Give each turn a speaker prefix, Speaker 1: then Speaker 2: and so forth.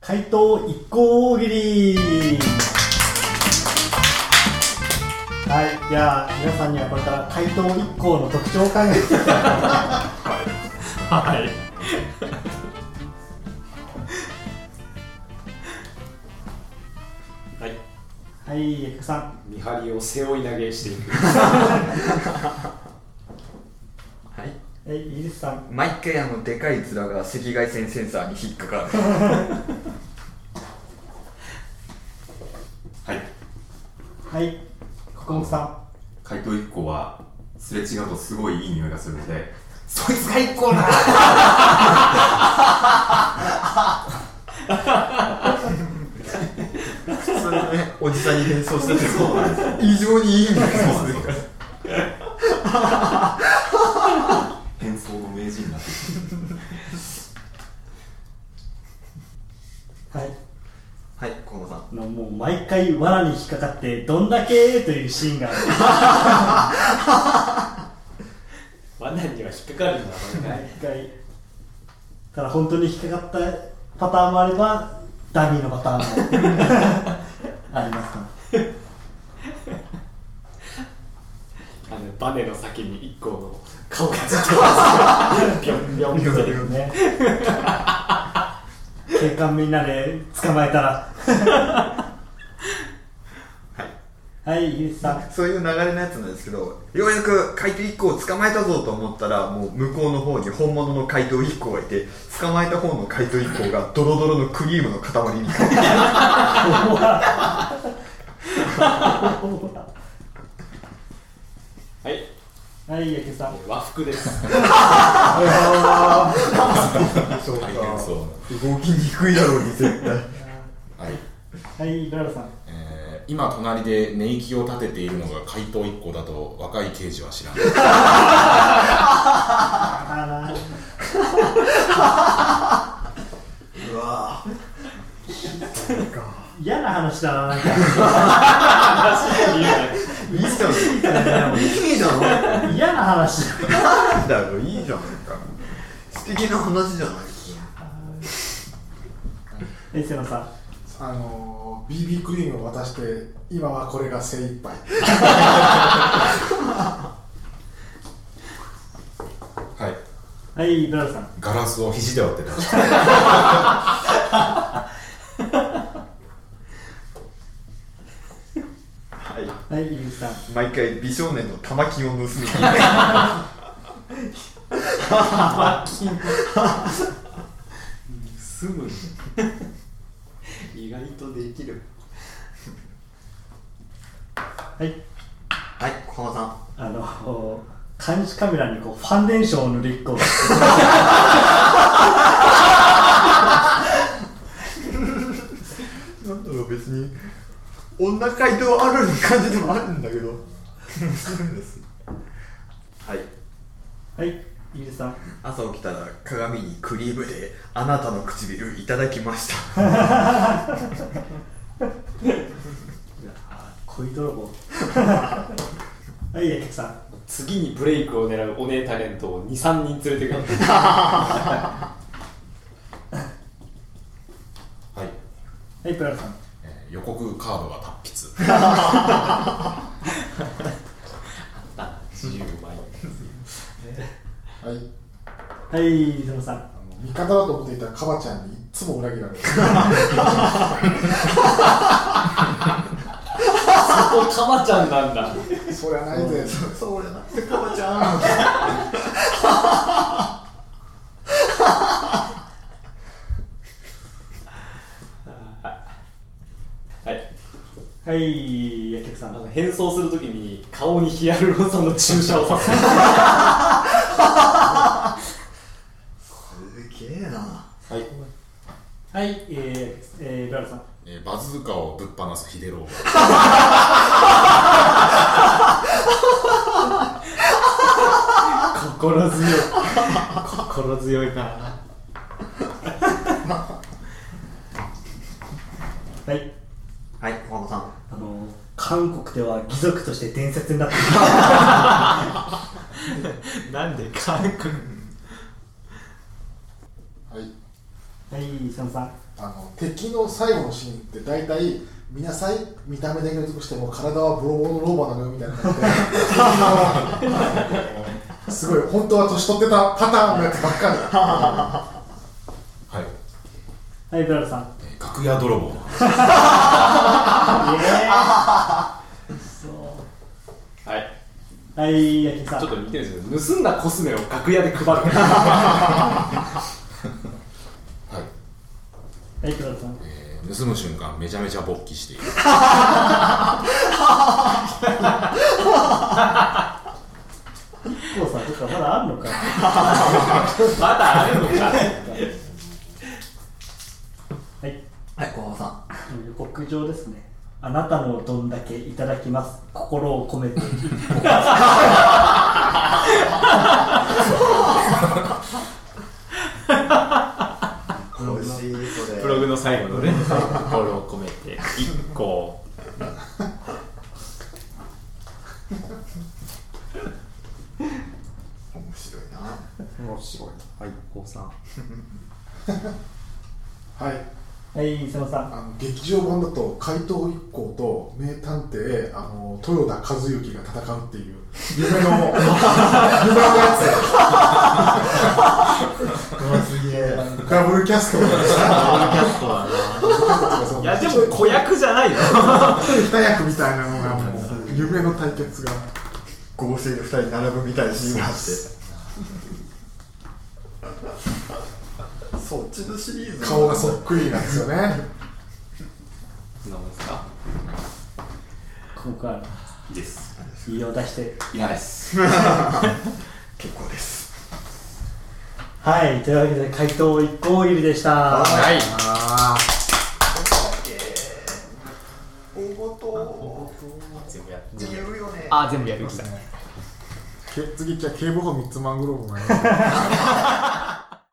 Speaker 1: 回答一個大喜利はいじゃあ皆さんにはこれから回答一個の特徴を考えて
Speaker 2: はいはいはい
Speaker 1: はいエクさん
Speaker 3: 見張りを背負い投げしていく
Speaker 4: はい
Speaker 1: はいイギリスさん
Speaker 4: 毎回あのでかい面が赤外線センサーに引っかかる
Speaker 5: はい
Speaker 1: はい国本さ
Speaker 5: 回答1個はすれ違うとすごいいい匂いがするのでそいつが1個な
Speaker 4: 普通のねおじさんに変装してても異常にいいんだ
Speaker 5: そうなんですよ変装の名人になってき
Speaker 1: んはい
Speaker 4: はい河野さん
Speaker 1: あのもう毎回罠に引っかかってどんだけというシーンがある
Speaker 2: 罠には引っかかるんだ
Speaker 1: 毎回ただ本当に引っかかったパターンもあればダミーのパターンも ありますから
Speaker 2: あのバネの先に一個の顔がついてますビョンビョンビョン
Speaker 1: ね警官みんなで捕まえたらはいはいゆうさん
Speaker 4: そういう流れのやつなんですけどようやく怪盗1個を捕まえたぞと思ったらもう向こうの方に本物の怪盗1個がいて捕まえた方の怪盗1個がドロドロのクリームの塊みたいな
Speaker 2: はい
Speaker 1: はいゆうさん
Speaker 2: 和服です
Speaker 4: そうか
Speaker 5: ますそう
Speaker 4: 動きにくいだろうに絶対
Speaker 6: はい、
Speaker 1: はいララさん
Speaker 6: えー今隣で寝息を立てているのが怪盗一行だと若い刑事は知らない
Speaker 1: あら
Speaker 4: うわぁ
Speaker 1: 嫌な話だななんか
Speaker 4: いいじゃんいいじゃん
Speaker 1: 嫌な話だ
Speaker 4: なんだろういいじゃんなんか素敵な話じゃない
Speaker 1: えせのさん
Speaker 7: あのー、BB クリームを渡して今はこれが精一杯
Speaker 6: はい
Speaker 1: はいララさん
Speaker 6: ガラスを肘で割ってた
Speaker 4: はい
Speaker 1: はいゆうさん
Speaker 4: 毎回美少年の玉金を盗みに行く
Speaker 2: すむ意外とできる
Speaker 1: はい
Speaker 4: はい小浜さん
Speaker 1: あの監視カメラにこうファンデーションを塗りっこ
Speaker 4: なんだろう別に女街道ある感じでもあるんだけど面白いですはい
Speaker 1: はいゆうさん
Speaker 4: 朝起きたら鏡にクリームで「あなたの唇いただきました
Speaker 1: 恋泥棒 はいやけさん
Speaker 2: 次にブレイクを狙うお姉タレントを23人連れてくる
Speaker 6: はい、
Speaker 1: はいプラさん
Speaker 6: えー予告カードが達筆
Speaker 2: 自由枚
Speaker 7: はい
Speaker 1: はい磯野さん
Speaker 7: あの味方だと思っていたカバちゃんにいっつも裏切られる
Speaker 2: あとカバちゃんなんだ
Speaker 7: そりゃないぜ」
Speaker 4: 「そうじゃなくてかばちゃん」
Speaker 2: はい
Speaker 1: はいやけさ
Speaker 2: あ
Speaker 1: ん
Speaker 2: の変装するときに顔にヒアルロン酸の注射をさせる
Speaker 4: すげえな
Speaker 6: はい、
Speaker 1: はい、えー、えー、ララさん。
Speaker 6: えーバズーカをぶっ放すヒデロー
Speaker 2: 心強い心強いな
Speaker 1: はい。
Speaker 4: はい小浜さん
Speaker 1: あのー、韓国では義足として伝説になってる。
Speaker 2: なんで韓国
Speaker 7: はい
Speaker 1: はい、磯野さん。
Speaker 7: あの敵の最後のシーンって大体見なさい見た目だけ美しくても体はボロボロのローマなのよみたいな感じで敵のあのすごい本当は年取ってたパターンのやつばっか
Speaker 6: はい、
Speaker 1: はい、ブラルさん。
Speaker 6: えー楽屋泥棒の話
Speaker 1: そう。
Speaker 2: はい
Speaker 1: はい、焼きさん。
Speaker 2: ちょっと似てるんですけど盗んだコスメを楽屋で配る
Speaker 6: はい、
Speaker 1: はい、ブラルさん。
Speaker 6: えー盗む瞬間めちゃめちゃ勃起している
Speaker 1: こうさん、とかまだあんのか。
Speaker 2: まだあるのか
Speaker 1: はい。
Speaker 8: はい、小浜さん。
Speaker 1: 告状ですね。あなたのどんだけいただきます。心を込めて。
Speaker 4: 美味しいそ れ
Speaker 2: ブログの最後のね心を込めて1個
Speaker 4: 面白いな
Speaker 2: 面白いはいこうさん
Speaker 7: なはい
Speaker 1: はい、瀬野さん。
Speaker 7: あの劇場版だと怪盗一行と名探偵あの豊田和幸が戦うっていう夢の夢の や
Speaker 4: うわすげえ
Speaker 7: つダブルキャスト
Speaker 2: いやでも子役じゃないよ
Speaker 7: 二役みたいなのがもう夢の対決が
Speaker 4: 合成で2人並ぶみたいなシーンがあって そっちのシリーズ
Speaker 7: 顔がそっくりなんですよね
Speaker 2: なもんですか
Speaker 1: ここから
Speaker 5: です
Speaker 1: 言いを出して。
Speaker 5: いらないです
Speaker 4: 結構です
Speaker 1: はい、というわけで、回答一行入りでした。
Speaker 2: はい
Speaker 4: 大事
Speaker 2: 全部や
Speaker 4: 自由よね
Speaker 2: あ全部やりました
Speaker 7: け次じゃあ警部補三つマングローブが